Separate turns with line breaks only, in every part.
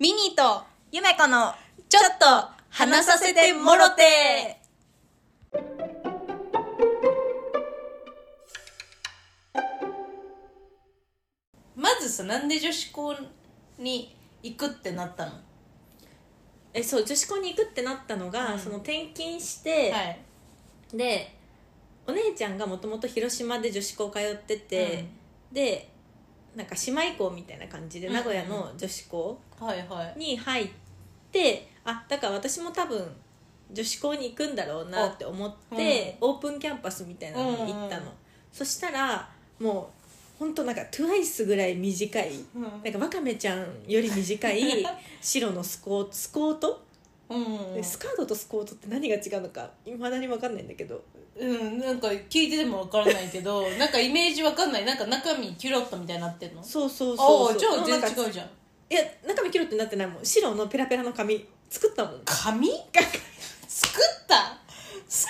ミニーと
ゆめこの
ちょっと話させてもろてまずさなんで女子校に行くってなったのは
えそう女子校に行くってなったのが、
うん
その転勤して、
い
でお姉ちゃんがもともと広島で女子校通ってて、でなんか姉妹校みたいな感じで
うん
名古屋の女子校
うんはいはい
に入って、あだから私も多分女子校に行くんだろうなって思って、オープンキャンパスみたいなのに行った
うん
の、そしたらもうほんとなんか TWICE ぐらい短いなんかわかめちゃんより短い白のスコースコート
うん
でスカートとスコートって何が違うのかいまだに分かんないんだけど
うんなんか聞いててもわからないけど なんかイメージわかんないなんか中身キュロットみたいになってんの
そうそう
あ
そ
あ
う
じゃあ
も
全
なんか
然違うじゃん
いや中身切ろってなってないもん白のペラペラの髪作ったもん髪
紙作った
し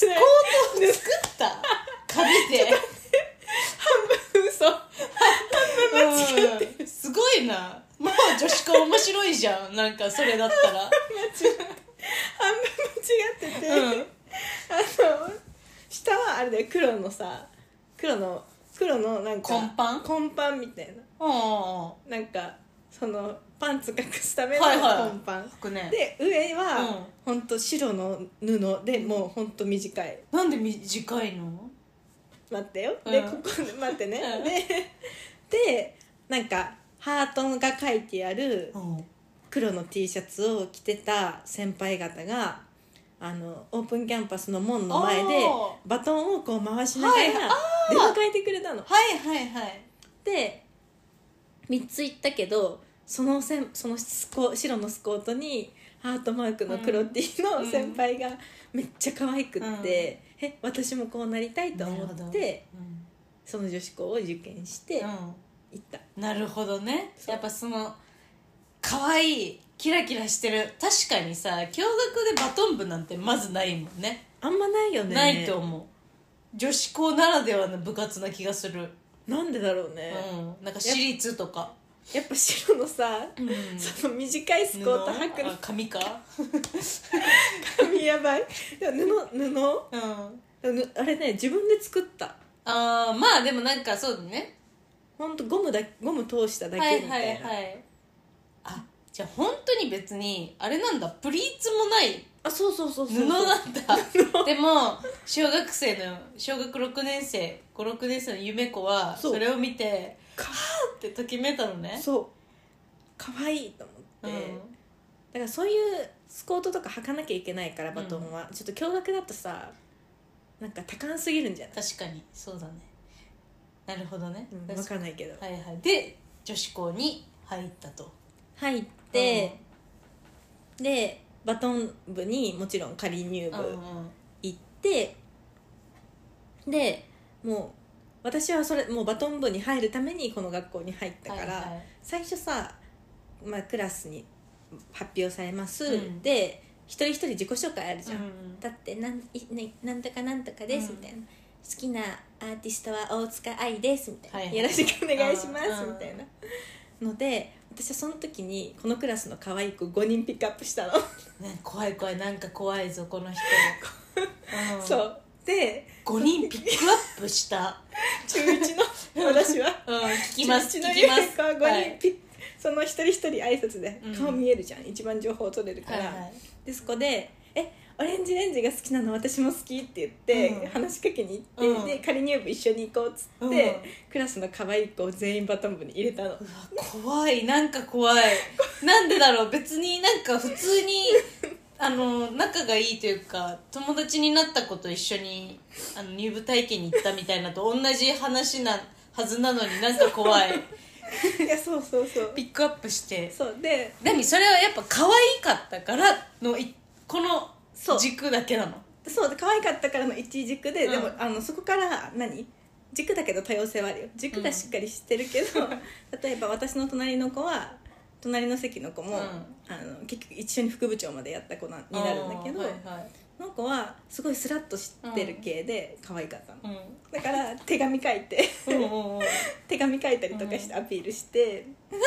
てない
作った紙で
嘘
間違ってすごいなもう女子校面白いじゃんなんかそれだったら
半分間違っ
う
てて、
ん
あの下はあれだよ黒のさ黒の黒のなんか
紺パン
紺パンみたい
うん
ななんかそのパンツ隠すための
はいはい
紺パン、
服ね
で上は、
うん
ほんと白の布でもうほんと短い
なんで短いの
待ってよ、で
うん
ここで待ってね、
うん
ででなんかハートが書いてある
うん
黒の T シャツを着てた先輩方があのオープンキャンパスの門の前で
あー
バトンをこう回しながら
はい
出迎えてくれたの。
はいはいはい
で3つ行ったけどそのせんそのスコ白のスコートにハートマークの黒 T
う
の
ん
先輩がめっちゃ可愛くって、え私もこうなりたいと思
なる
っ
ほど
てその女子校を受験して
う
行
ん
った、
なるほどね
そう
やっぱその可愛いキラキラしてる確かにさ共学でバトン部なんてまずないもんね
あんまないよね
ないと思う女子校ならではの部活な気がする、
なんでだろうね、
うんなんか私立とか、
やっぱ白のさ、
うん、
その短いスコート履くの
あ紙か
髪やばいでも布
うん
布ぬあれね自分で作った
あーまあでもなんかそうだね
ほんとゴムだゴム通しただ
は
け
い
み
は
た
い
いな、
はいあじゃあ本当に別にあれなんだプリーツもない
あそうそうそうそう
布なん だでも小学生の小学6年生56年生の夢子は
そう
それを見て
か
パッてときめいたのね
そう可愛いと
う
思
ん
って、だからそういうスコートとか履かなきゃいけないからバトンは、ちょっと驚愕だとさなんか多感すぎるんじゃない、
確かにそうだねなるほどね、
うん、
確
分
か
かんないけど
はいはいで女子校に入ったと
入って、でバトン部にもちろん仮入
うんうん
部行ってでもう私はそれもうバトン部に入るためにこの学校に入ったから、
はいはい
最初さ、まあ、クラスに発表されます、
うん
で一人一人自己紹介あるじゃん、
うんうん
だってなんい、ね、なんとかなんとかです
うん
みたいな、好きなアーティストは大塚愛ですみたいな、
はいはい
よろしくお願いします
うん
みたいなので私はその時にこのクラスの可愛い子5人ピックアップしたの、
ね、怖い怖いなんか怖いぞこの人、うん
そうで
5人ピックアップした、
中1の私は
うん、聞きます
う
聞
ちの
きます
ゆめ子は5人、
はい
ピッその一人一人挨拶で
うん
顔見えるじゃん、一番情報取れるか
はい
ら、
はい
でそこで「えオレンジレンジが好きなの私も好き」って言って、
うん
話しかけに行って、
うん
で仮入部一緒に行こうっつ
うん
って、クラスの可愛い子を全員バトン部に入れたの
うわ怖いなんか怖いなんでだろう別になんか普通にあの仲がいいというか友達になった子と一緒にあの入部体験に行ったみたいなと同じ話なはずなのになんか怖 い
いやそうそうそう
ピックアップして
そうで
何それはやっぱ可愛かったからのいこの
そう
軸だけなの
そうで可愛かったからの一軸で、
うん
でもあのそこから何軸だけど多様性はあるよ軸がしっかりしてるけど、 例えば私の隣の子は隣の席の子も、
うん
あの結局一緒に副部長までやった子なになるんだけど、
あーはい
その子はすごいスラッとしてる系で可愛かったの、
はい
だから手紙書いて
うんうんうんうん
手紙書いたりとかしてアピールして、
何な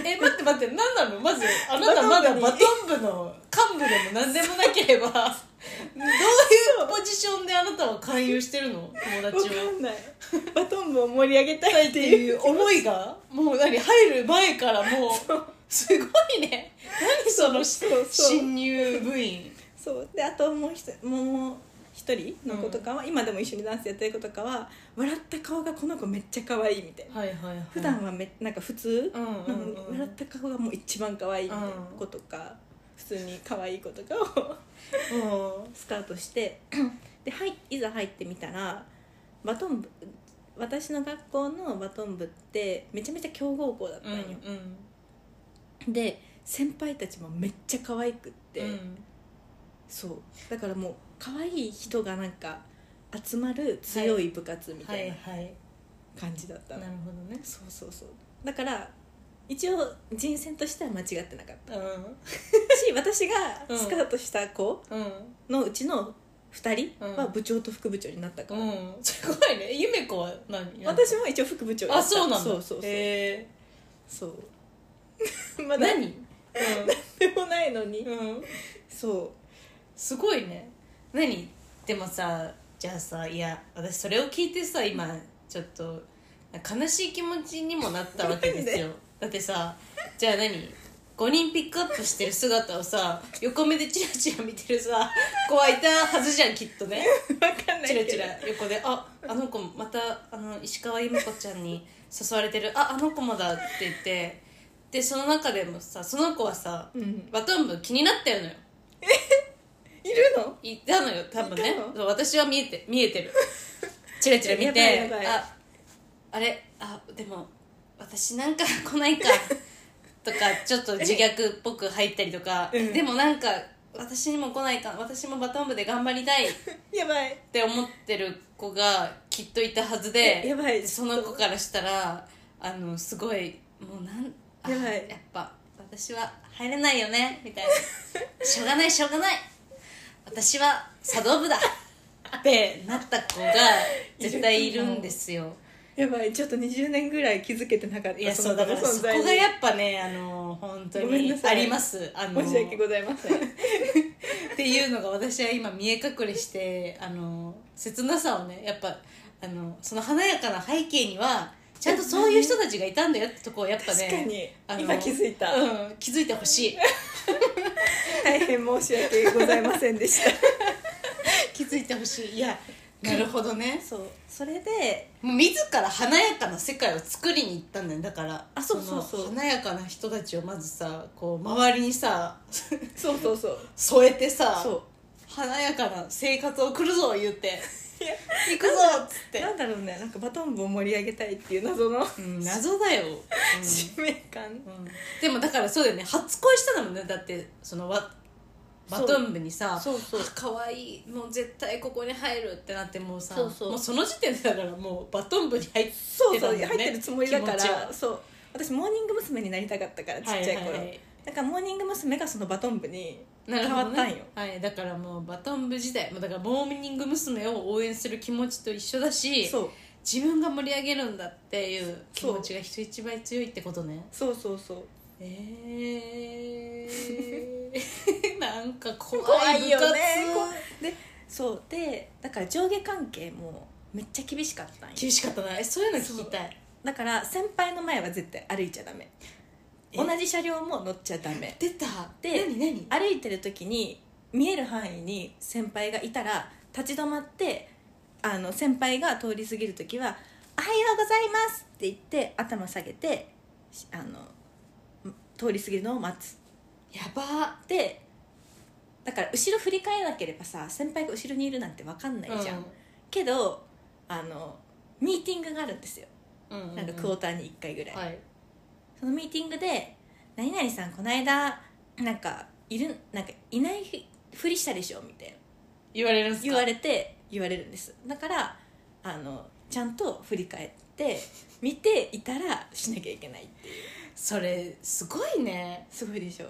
のえ待ってって待って何なのまずあなたまだバ
バ
ト
ト
ン部の幹部でも何でもなければどういうポジションであなたは勧誘してるの友達を
わかんないバトン部を盛り上げたい
っ
ってて
い
いう
う思いがもう何入る前からもうすごいね何その
そうそう
新入部員
そうであともう一人もう一人の子とかは、今でも一緒にダンスやってる子とかは笑った顔がこの子めっちゃ可愛いみたいな
はいはいはい
普段はめなんか普通
うんうんうん
なのに笑った顔がもう一番可愛いみたいな子とか普通に可愛い子とかを
うん
スカウ トしてで、はい、いざ入ってみたらバトン部私の学校のバトン部ってめちゃめちゃ強豪校だったんよ、
うん
で先輩たちもめっちゃ可愛くって、
うん
そうだからもう可愛い人がなんか集まる強い部活み
は
たい
い
な
はい
感じだった
な
の、
るほどね
そうそうそうだから一応人選としては間違ってなかっ
う
たし私が
うん
スカウトした子
んうん
のうちの2人
うん
は部長と副部長になったから、
うんすごいねゆめ子は何
私も一応副部長にな
あ
った
そうなんだ
そうそうそう,、
へ
そう ま
ー
だ
何
でもないのに、
うんうん
そう
すごいね何でもさじゃあさいや私それを聞いてさ今ちょっと悲しい気持ちにもなったわけですよだってさじゃあ何5人ピックアップしてる姿をさ横目でチラチラ見てるさ子はいたはずじゃんきっとね
分かんない
チ
け
ラ
ど
チラ横で「ああの子またあの石川由美子ちゃんに誘われてるああの子もだ」って言ってでその中でもさその子はさ
うん、
バトン部気になってるのよ
いるの
いたのよ多分ね
いたの
そう私は見えて見えてるチラチラ見
やばい
て
やばい
ああれあでも私なんか来ないかとかちょっと自虐っぽく入ったりとか、
うん
でもなんか私にも来ないか私もバトン部で頑張りたいっ
やばい
て思ってる子がきっといたはず
え
で
やばい
その子からしたらあのすごいもうなんあ
やばい
やっぱ私は入れないよねみたい なしょうがないしょうがない私は茶道 部だってなった子が絶対いるんですよ
やばいちょっと20年ぐらい気づけてなかった
いやそうだ
の子
か
の
らそこ
に
がやっぱねあの本当
ごめん
に
なさ
あ
い
りますあの
申し訳ございません
っていうのが私は今見え隠れしてあの切なさをねやっぱあのその華やかな背景にはちゃんとそういう人たちがいたんだよってとこをやっぱね
確かに
あの
今気づいた、
うん、気づいてほ しい
大変申し訳ございませんでした
気づいてほしいいや なるほどね
そうそれで
もう自ら華やかな世界を作りに行ったんだよだから
あそうそうそう
の華やかな人たちをまずさこう周りにさ
そうそうそう
添えてさ
そ
華やかな生活を送るぞ言って
いや
「行くぞ!」っつっ
う
て、
なんだろうねなんかバトン部を盛り上げたいっていう謎の
うん、謎だよ、
使命感、
うんでもだからそうだよね初恋したのもんねだってそのわバトン部にさ
そうそう
あ可愛いもう絶対ここに入るってなってもうさ
そうそう
もうその時点でだからもうバトン部に入って
そう
た
そう、
んだよね
入ってるつもりだ
気
か
持ちは
らそう私モーニング娘。になりたかったからちっちゃい頃、
はいはいはい
だからモーニング娘。がそのバトン部に
なる
変
ほ
わ
ど、
っ
ね、
たんよ、
はい、だからもうバトン部時代もうだからモーニング娘。を応援する気持ちと一緒だし
そう
自分が盛り上げるんだっていう気持ちが人一倍強いってことね
そうそうそう
えー、なんか怖い
怖い
部活
よね怖いでそうでだから上下関係もめっちゃ厳しかったんよ
厳しかったなえそういうの聞きたい
だから先輩の前は絶対歩いちゃダメ
え
同じ車両も乗っちゃダメ
出た
で
何何
歩いてる時に見える範囲に先輩がいたら立ち止まってあの先輩が通り過ぎる時は「おはようございます」って言って頭下げてしあの通り過ぎるのを待つ
やば
でだから後ろ振り返らなければさ先輩が後ろにいるなんて分かんないじゃん、けどあのミーティングがあるんですよ
うんうんうん
なんかクォーターに1回ぐらい、
はい
そのミーティングで「何々さんこの間なんかいるなんかいないふりしたでしょ」みたいな
言われるんすか
言われて言われるんですだからあのちゃんと振り返って見ていたらしなきゃいけないって
それすごいね
すごいでしょ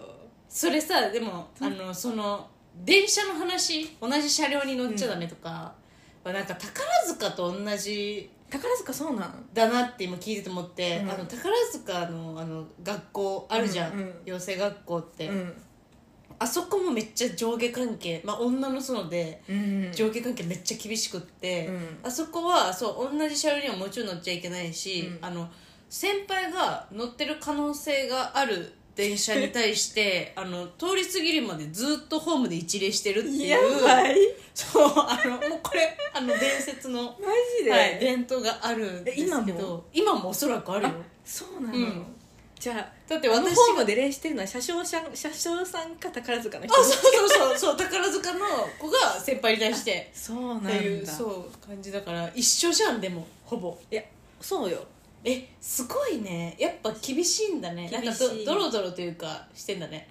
それさでもあのその電車の話同じ車両に乗っちゃダメとか、はなんか宝塚と同じ
宝塚そうなん
だなって今聞いてて思って、
うん
あの宝塚のあの学校あるじゃん、
うんうん
養成学校って、
うん
あそこもめっちゃ上下関係、まあ、女の園で
うん
上下関係めっちゃ厳しくって、
うん
あそこはそう同じ車両にはもちろん乗っちゃいけないし、
うん
あの先輩が乗ってる可能性がある電車に対してあの通り過ぎるまでずっとホームで一礼してるっていう
やばい
そうあのもうこれあの伝説の、
マ ジで、
はい、伝統があるんですけど
え今も
今もおそらくあるよ
あそうなの、
うん
じゃあ
だって
あの
私
ホームで礼してるのは車掌さん車掌さんか宝塚の人
あそうそうそうそう宝塚の子が先輩に対して
そう
っていうそう感じだから一緒じゃんでもほぼ
いやそうよ
えすごいねやっぱ厳しいんだねなんかど
厳しい
ドロドロというかしてんだね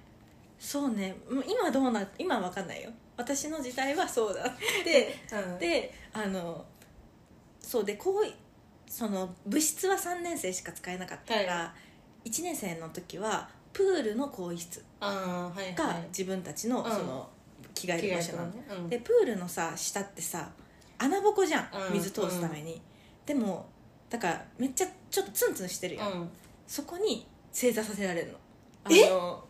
そうねもう今どうな今わかんないよ私の時代はそうだって
うん
であのそうでこういその部室は3年生しか使えなかったから、1年生の時はプールの更衣室
あーはいは
が
い
自分たちの
うん
その着替える場所なの、
ねうん
でプールのさ下ってさ穴ぼこじゃん、
うん
水通すために、でもだからめっちゃちょっとツンツンしてるよ、
うん
そこに正座させられるのあ
え
の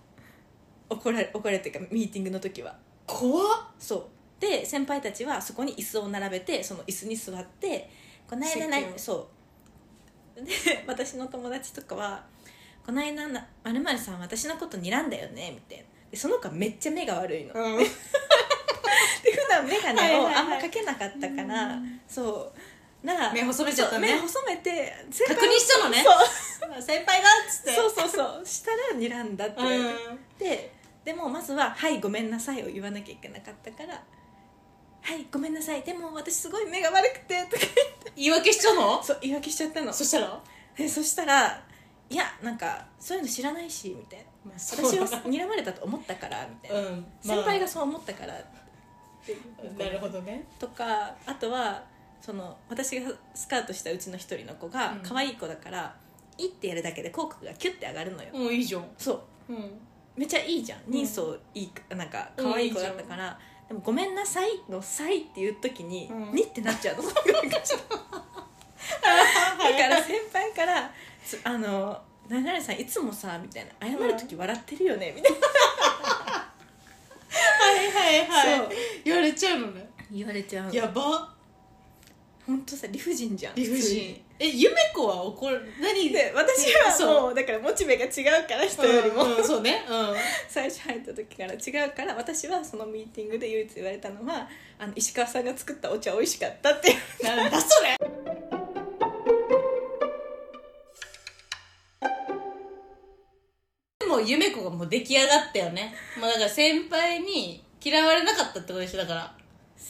怒られ怒られてるかミーティングの時は
怖っ
そうで先輩たちはそこに椅子を並べてその椅子に座ってこないだな
席を
そうで 私の友達とかは「こないだなまるさん私のこと睨んだよね」みたいなでその子はめっちゃ目が悪いの、
うん
で普段眼鏡をあんまかけなかったから、そうな
目細めちゃったね
そう目細めて先
確認したのね先輩がっつって
そうそうそうそうしたら睨んだって言われて、
ん
ででもまずは「はいごめんなさい」を言わなきゃいけなかったから「はいごめんなさいでも私すごい目が悪くて」とか
言い訳しちゃうの
そう言い訳しちゃったの
そしたら
でそしたら「いやなんかそういうの知らないし」みたいな「私は睨まれたと思ったから」みたいな、
うんまあ
先輩がそう思ったからっていう
なるほどね
とかあとはその私がスカウトしたうちの一人の子
う
が
ん
可愛い子だから「い、いってやるだけで口角がキュッて上がるのよ、
もういいじゃん
そ
う
う
ん
めっちゃいいじゃん人相いい、なんか可愛い子だったから、でも「ごめんなさい」の「さい」っていう時に「
うん
に」ってなっち ゃうのだから先輩から「つあのな々さんいつもさ」みたいな「謝る時笑ってるよね」みたい
はいはい
な、
は
そう
い言われちゃうのね
言われちゃういや
やば
本当さ理不尽じゃん
理不
普通に
尽えゆめ子は怒る何
で私
そう
はもうだからモチベが違うから人よりも
うんうんそうねうん
最初入った時から違うから私はそのミーティングで唯一言われたのはあの石川さんが作ったお茶美味しかったっていう
なんだそれでも夢子がもう出来上がったよねもうだから先輩に嫌われなかったってことでしょだから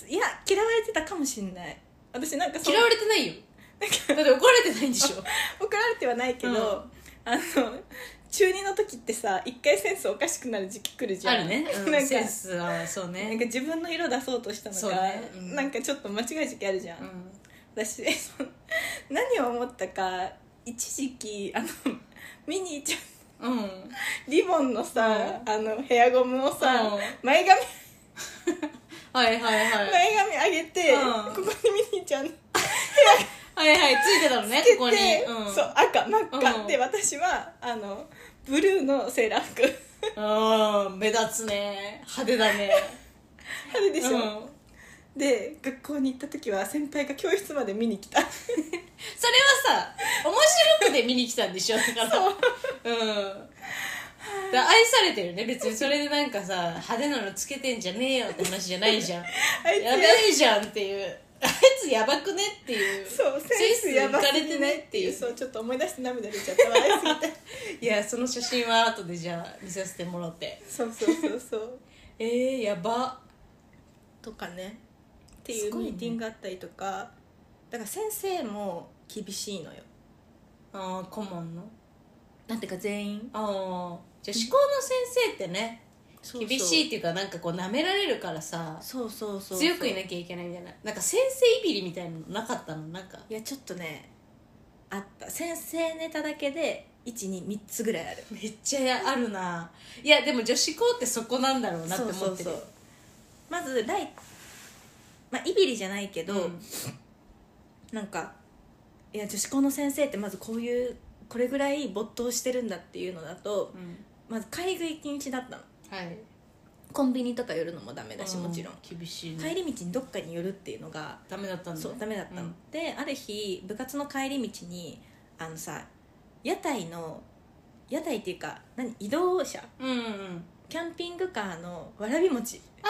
いや嫌われてたかもしんない私なんかその
嫌われてないよだって怒られてないんでしょ
怒られてはないけど、
うん
あの中二の時ってさ一回センスおかしくなる時期来 るじゃん
あるね、うん
なんか
センスはそう
なん
ね
か自分の色出そうとしたの
そう
か、
ねうん
なんかちょっと間違う時期あるじゃん、
うん
私 その何を思ったか一時期あの ミニーちゃん
うん
リボンのさ、あのヘアゴムをさ、
うん
前髪
はいはいはい
前髪上げて、
うん
ここにミニーちゃん
はいはいついてたのね
つけて
ここに、うん、
そう赤真っ赤、
うん
で私はあのブルーのセーラー服
うん目立つね派手だね
あ れでしょ、
うん
で学校に行った時は先輩が教室まで見に 来た
それはさ面白くで見に来たんでしょだからうんだから愛されてるね別にそれでなんかさ派手なのつけてんじゃねえよって話じゃないじゃ ん
あいつ
やべえじゃんっていうあいつやばくねっていう
そうセンスやばすぎな
センスいかれてね
いっていう
っていう
そうちょっと思い出して涙出ちゃった笑いすぎて
いやその写真は後でじゃあ見させてもらって
そうそうそうそう
えー、やば
とかねって
す
いう
ごいね
ミーティングがあったりとか、だから先生も厳しいのよ
ああ顧問の
なんていうか全員
ああじゃあ思考の先生ってね厳しいっていうかなんかこう舐められるからさ
そうそうそうそう
強くいなきゃいけないみたいななんか先生いびりみたいなのなかったのなんか
いやちょっとねあった先生ネタだけで123つぐらいある
めっちゃあるないやでも女子校ってそこなんだろうなって
そ
思
う
ってる
そうそうまずライまあいびりじゃないけど、
うん
なんかいや女子校の先生ってまずこういうこれぐらい没頭してるんだっていうのだと
うん
まず買い食い禁止だったの
はい
コンビニとか寄るのもダメだしもちろん
厳しいね
帰り道にどっかに寄るっていうのが
ダメだったんだ
そうダメだったの、
うん
である日部活の帰り道にあのさ屋台の屋台っていうか何移動車
うんうんうん
キャンピングカーのわらび餅
あ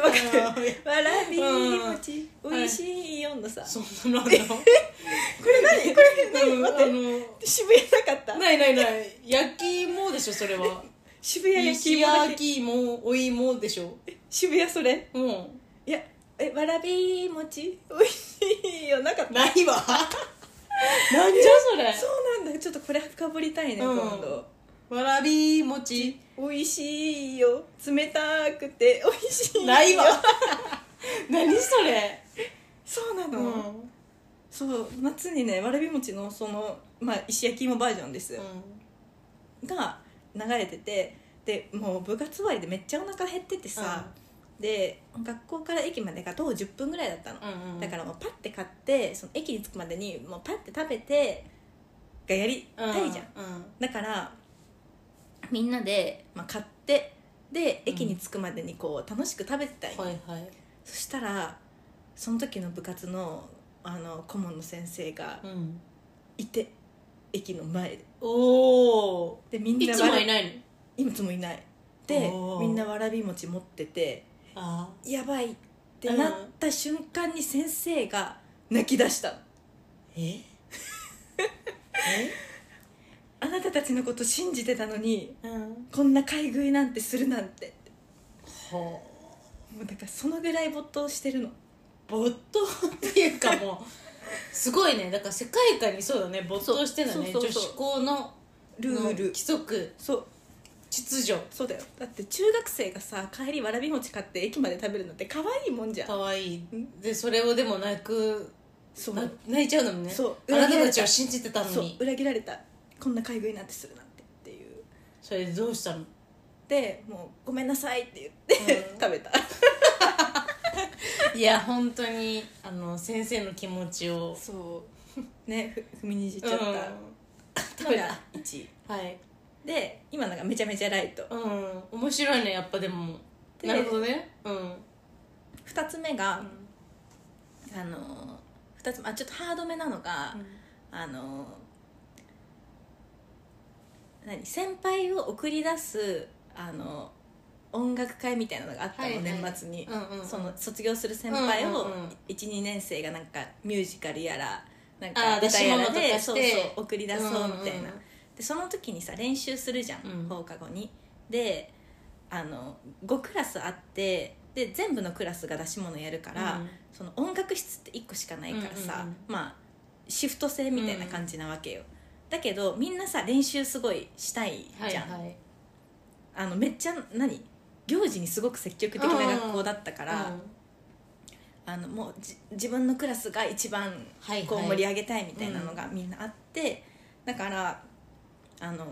わ
あ
かるわらび餅
うん
美味しいよのさ、
そんなのあるの
これ何これ
う
何
ん
待って
あ
渋谷なかった
のないないない焼き芋でしょそれは
渋谷焼き芋だけ
焼き芋お芋でしょ
渋谷それ
うん
いやえわらび餅美味しいよなかった
ないわなんじゃそれ
そうなんだちょっとこれ深掘りたいね、
うん
今度
わらび餅
美味しいよ冷たくて美味しいよ
ないわ 何それ
そうな
う
の、そう夏にねわらび餅のその、まあ、石焼き芋バージョンです、が流れててでもう部活終わりでめっちゃお腹減っててさ、で学校から駅までが徒歩10分ぐらいだったの、
うんうん
だからもうパッて買ってその駅に着くまでにもうパッて食べてがやりたいじゃん、
うんうん
だからみんなで、まあ、買ってで
うん
駅に着くまでにこう楽しく食べてたい、
はいはい
そしたらその時の部活のあの顧問の先生が
うん
いて駅の前で
おお
でみん
い
な
つもい
い
ないの
いつもいないで
おー
みんなわらび餅持ってて
あ
やばいってなった瞬間に先生が泣き出したの
え
あなたたちのこと信じてたのに
えうん
こんな買い食いなんてするなんて
はあ
もうだからそのぐらい没頭してるの
没頭っていうかもうすごいねだから世界観にそうだね没頭してんだね
そうそう
女
そう
子校の
ルー
の
ル
規則
そう
秩序
そうだよだって中学生がさ帰りわらび餅買って駅まで食べるのって可愛いもんじゃん
可愛い
ん
でそれをでも泣く
そう
な泣いちゃうのもね
そう
あなたたちを信じてたの
そう
に
裏切られたこんな買い食いなんてするなんてっていう
それでどうしたの
でもう「ごめんなさい」って言って、
うん
食べた
いや本当にあの先生の気持ちを
そうねふ踏みにじっちゃった、
食べた
が1位
うんはい
で今のがめちゃめちゃライト
うん面白いねやっぱでも
で
なるほどねうん
2つ目が、あの2つ目あちょっとハードめなのが、あの何先輩を送り出すあの音楽会みたいなのがあったの、
はいはい
年末に、
うんうん
その卒業する先輩
う
を
んうんうん
12年生がなんかミュージカルやらなんか
あー出し
歌や
物
ら
とか
で
して
そうそう送り出そうみたいな、
うんうんうん
でその時にさ練習するじゃん、
うん
放課後にであの5クラスあってで全部のクラスが出し物やるから、
うん
その音楽室って1個しかないからさ、
うんうん
まあシフト制みたいな感じなわけよ、だけどみんなさ練習すごいしたい
はい
じゃん、
はい
あのめっちゃ何行事にすごく積極的な学校だったから、
うん
あのもうじ自分のクラスが一番
はいはい
こう盛り上げたいみたいなのがみんなあって、だからあの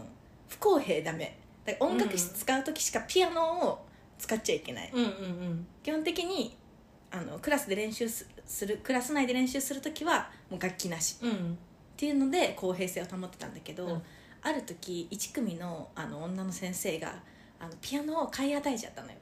不公平ダメだから音楽室使う時しかピアノを使っちゃいけない、
うんうんうん
基本的にあのクラスで練習すするクラス内で練習する時はもう楽器なし
うん
っていうので公平性を保ってたんだけど、
うん
ある時1組のあの女の先生があのピアノを買い与えちゃっ たのよ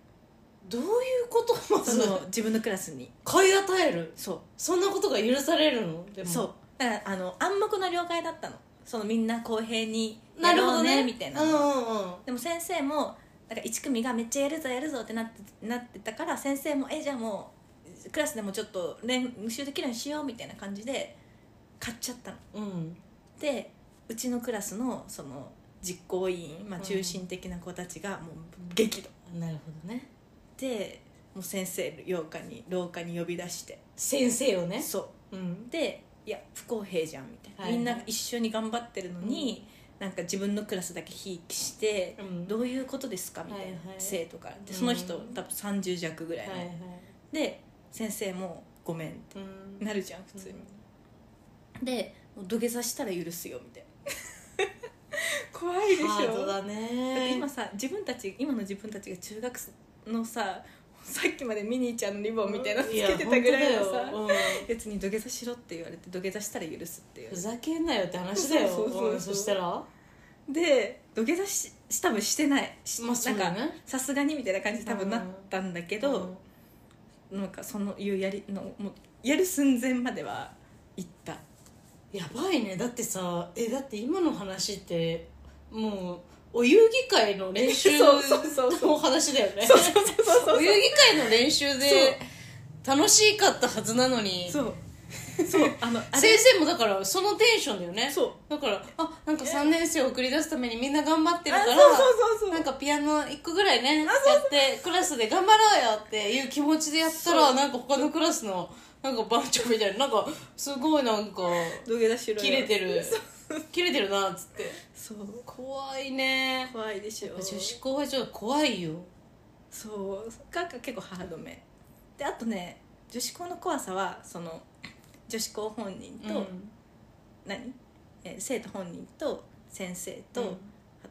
どういうことま
そ
ず
の自分のクラスに
買い与える
そう
そんなことが許されるのでも
そうだからあの暗黙の了解だったのそのみんな公平に
なるほど
やろ
ね
うみたいな
う
の
んうんうん
でも先生もなんか1組がめっちゃやるぞやるぞってなってなってたから先生もえじゃあもうクラスでもちょっと練習できるようにしようみたいな感じで買っちゃったの
うん
でうちのクラスのその実行委員、まあ、中心的な子たちがもう激怒
なるほどね
でもう先生廊下に廊下に呼び出して
先生をね
そう
うん
でいや不公平じゃんみたいな、
はいはい
みんな一緒に頑張ってるのに、なんか自分のクラスだけひいきして、
うん
どういうことですかみたいな、
はいはい
生徒から
う
で
ん
その人、多分30弱ぐらいの、
はいはい
で先生も「ごめん」って
うん
なるじゃ ん普通に、でもう土下座したら許すよ みたいな怖いでし
ハード
ょだ
だ
って
ね
今さ自分たち今の自分たちが中学のささっきまでミニーちゃんのリボンみたいなのつけてたぐらいの
や
さ
本当だよ
やつに土下座しろって言われて土下座したら許すって
う
い
んふ
う
ざけんなよって話だよ
そうそうそうそう
うんそしたらま
で土下座しし多分してないし
あそう
な
だ
んか
ね
さすがにみたいな感じで多分なったんだけ
け
ど、なんかそのいうやりのもうやる寸前までは行った
やばいねだってさえだって今の話ってもうお遊戯会の練習
そうそうそうそう
の話だよね
そうそうそうそうそ う
お遊戯会の練習で楽しかったはずなのに
そ
先
うそうあ のあれ
生もだからそのテンションだよね
そう
だからあなんか3年生を送り出すためにみんな頑張ってるから
あそうそうそうそう
なんかピアノ1個ぐらいねや
あそう
ってクラスで頑張ろうよっていう気持ちでやった
そ
ら
う
なんか他のクラスのなんか番長みたいななんかすごいなんか
土下座しろよ
切れてる切れてるなっつって
そう
怖いね
怖いでしょ
女子校はちょっと怖いよ
そうが結構ハードめであとね女子校の怖さはその女子校本人
う
と、
ん
何、えー生徒本人と先生と、
うん
あと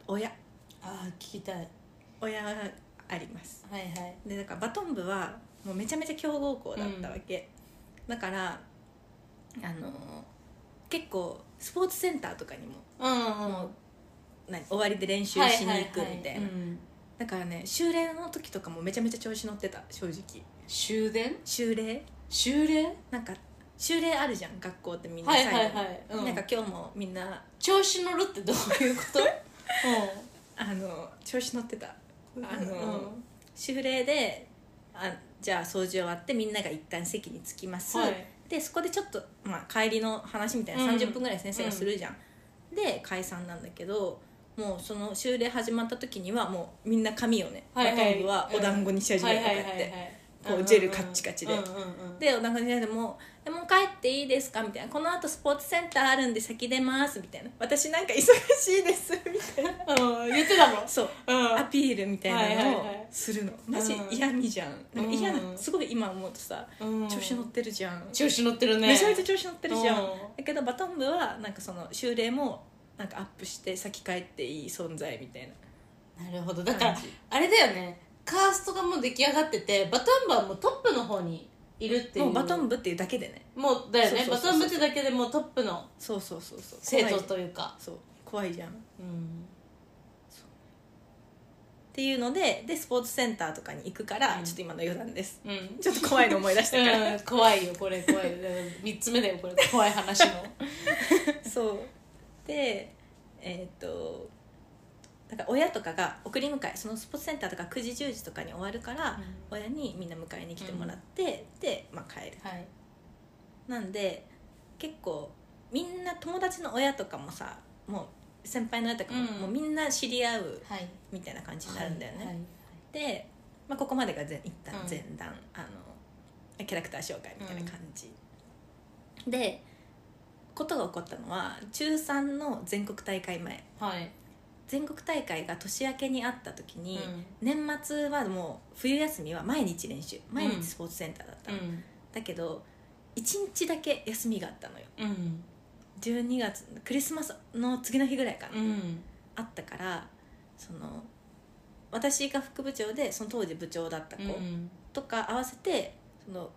親
ああ聞きたい
親があります
はいはい
でだからバトン部はもうめちゃめちゃ強豪校だったわけ、だからあのー結構スポーツセンターとかにも
うん
も
も
う何終わりで練習
はい
しに行くみたいな、
ははうん
だからね修練の時とかもめちゃめちゃ調子乗ってた正直
終電
修練
終練
なんか修練あるじゃん学校ってみんな
はい
最後
は
に、
いはい、うん、
なんか今日もみんな
調子乗るってどういうこと
あの調子乗ってた
うん
あの、
うん
修例であじゃあ掃除終わってみんなが一旦席に着きます、
はい
でそこでちょっと、まあ、帰りの話みたいな
うん
30分ぐらい先生がするじゃん、で解散なんだけどもうその修例始まった時にはもうみんな髪をね、
はいはい
バトン部はお団子にし始めたとかやって、こうジェルカッチカチで
うんうんうん
でお団子にし始めてもう「えもう帰っていいですか?」みたいな「このあとスポーツセンターあるんで先出ます」みたいな「私なんか忙しいです」 みたいな
うん言ってたの
そう
うん
アピールみたいなの
はいはいは
を
い
するのマジ
うん
嫌味じゃんなんか嫌
う
なんすごい今思うとさ
うん
調子乗ってるじゃん
調子乗ってるね
めちゃめちゃ調子乗ってるじゃん
うん
だけどバトン部はなんかその修例もなんかアップして先帰っていい存在みたい
なるほどだ
な
から
感じ
あれだよねカーストがもう出来上がっててバトン部はもうトップの方にいるっていう
もうバトン部っていうだけでね
もうだよね
そう
バ
そうそうそ
トン
う
部ってだけでもうトップの
そうそうそうそう
生徒
怖い
というか
そう怖いじゃんっ
うん
ていうのででスポーツセンターとかに行くから、
うん
ちょっと今の余談です
うん
ちょっと怖いの思い出したから、
うん、怖いよこれ怖いよ3つ目だよこれ怖い話の
そうでえーっとだから親とかが送り迎えそのスポーツセンターとか9時10時とかに終わるから、
うん
親にみんな迎えに来てもらって、で、まあ、帰る
はい
なんで結構みんな友達の親とかもさもう先輩の親とかも,、
うん
もうみんな知り合う
はい
みたいな感じになるんだよね、
はいはい
で、まあ、ここまでが前一旦
うん
前段、あのキャラクター紹介みたいな感じ、でことが起こったのは中3の全国大会前
はい
全国大会が年明けにあった時に、
うん
年末はもう冬休みは毎日練習毎日スポーツセンターだった
う
の、
ん
だけど1日だけ休みがあったのよ
うん
12月クリスマスの次の日ぐらいかな、
うん
あったからその私が副部長でその当時部長だった子、
うん
とか合わせてその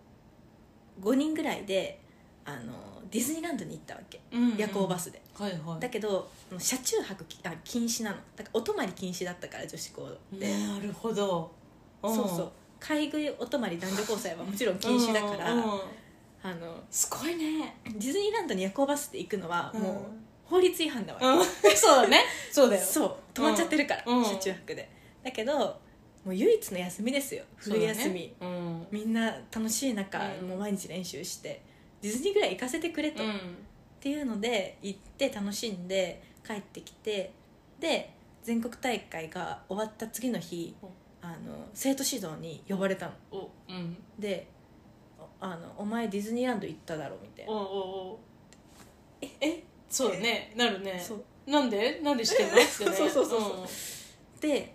5人ぐらいであのディズニーランドに行ったわけ
うん
夜行バスで、
はいはい
だけどもう車中泊きあ禁止なのだからお泊まり禁止だったから女子校で、
なるほどん
そうそう買い食いお泊まり男女交際はもちろん禁止だから、
うんうん
あの
すごいね
ディズニーランドに夜行バスで行くのは
うん
もう法律違反だわけ、
うん そうだねそうだよ
そう止まっちゃってるから、
うん
車中泊でだけどもう唯一の休みですよ
そう
冬
だね
休み、
うん
みんな楽しい中、
うん
もう毎日練習してディズニーぐらい行かせてくれと、
う
っ
ん
ていうので行って楽しんで帰ってきてで全国大会が終わった次の日
うん
あの生徒指導に呼ばれたの
おうん
で「あのお前ディズニーランド行っただろ」みたい
お
な
おおえそうだねなるね
そう
なんでなんでしてんのってね
そうそうそうそうで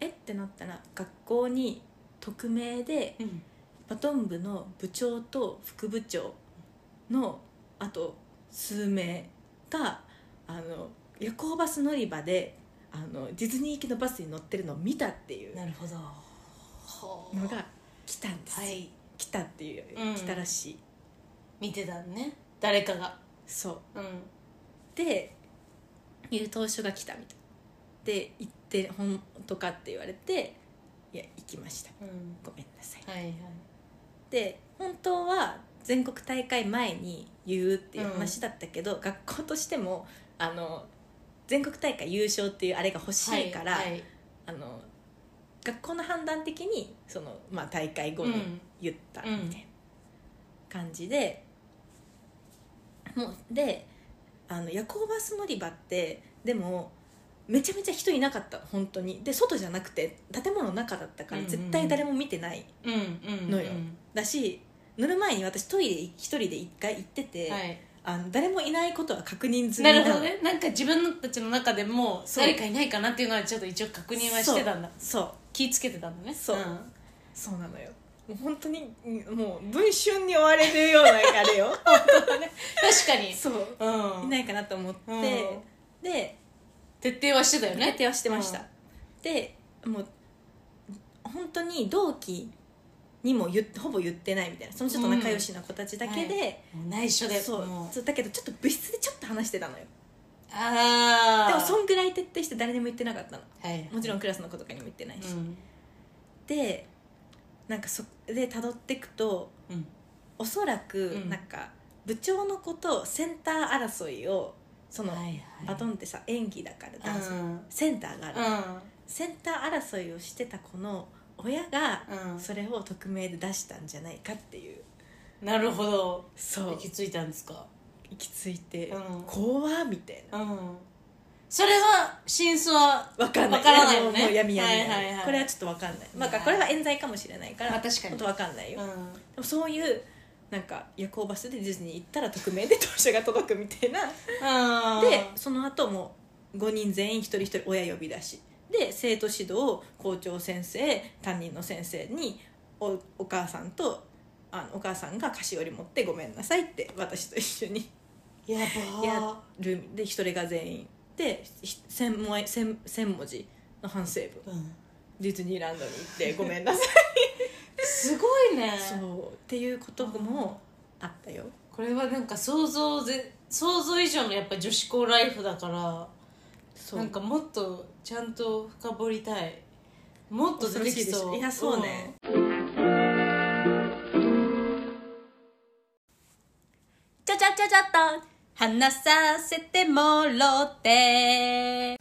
えってなったら学校に匿名で
うんうん
バトン部の部長と副部長のあと数名があの夜行バス乗り場であのディズニー行きのバスに乗ってるのを見たっていう
なるほどは
のが来たんです、
はい
来たっていう、
うん
来たらしい
見てたんね誰かが
そう
うん
で優等書が来たみたいで行って本当かって言われていや行きました
うん
ごめんなさい
はいはい
で本当は全国大会前に言うっていう話だったけど、学校としてもあの全国大会優勝っていうあれが欲しいから、
はいはい
あの学校の判断的にその、まあ、大会後に
うん
言ったみ
うん
たいな感じで、もうであの夜行バス乗り場ってでもめちゃめちゃ人いなかった本当にで外じゃなくて建物の中だったから
うんうんうん
絶対誰も見てない、
うんうんうん
のよだし乗る前に私トイレ一人で一回行ってて、
はい
あの誰もいないことは確認済み
な
なの
るほどねなんか自分たちの中でも
そう
誰かいないかなっていうのはちょっと一応確認はしてたんだ
そう
気ぃつけてたんだね
そうんそうなのよもう本当にうんもう文春に追われるようなあれよ本当はね
確かに
そう
う
い
ん
ないかなと思って、
うん
で
徹底はしてたよね
決定はしてました、
うん
でもう本当に同期にも言っほぼ言ってないみたいなそのちょっと仲良しな子たちだけで、
うんもう内緒で
そう
もう
そうだけどちょっと部室でちょっと話してたのよ
ああ
でもそんぐらい徹底して誰にも言ってなかったの
はい
もちろ
ん
んクラスの子とかにも言ってないし、
うん
でなんかそで辿ってくと
うん
おそらく
うん
なんか部長の子とセンター争いをその
はいはい
バトンってさ演技だからダンス
うん
センターがある、
う
センター争いをしてた子の親が
んうん
それを匿名で出したんじゃないかっていう
なるほど
そ
行き着いたんですか
行き着いて、
うん
怖っみたいな
うんそれは真相は
わかんな
わ
い
からないよね
もう闇闇、闇
はいはいはい
これはちょっとわかんない、まあ、
はい
これは冤罪かもしれないから、
まあ確かに
ちょっとわかんないよ、
う
で
ん
もそういうなんか夜行バスでディズニー行ったら匿名で当社が届くみた い
う
な
ん
でその後も5人全員一人一人親呼び出しで生徒指導校長先生担任の先生におお母さんとあのお母さんが菓子折り持ってごめんなさいって私と一緒に
やば
やるで一人が全員で1000文千千文字の反省文
うん
ディズニーランドに行ってごめんなさ い
すごいね
そうっていうこともあったよ
これはなんか想像ぜ想像以上のやっぱ女子校ライフだから
そう
なんかもっとちゃんと深掘りたいもっと出てき
恐ろしいで
そ
し
う
ょいやそうね、ちゃちゃちゃちゃっと話させてもろって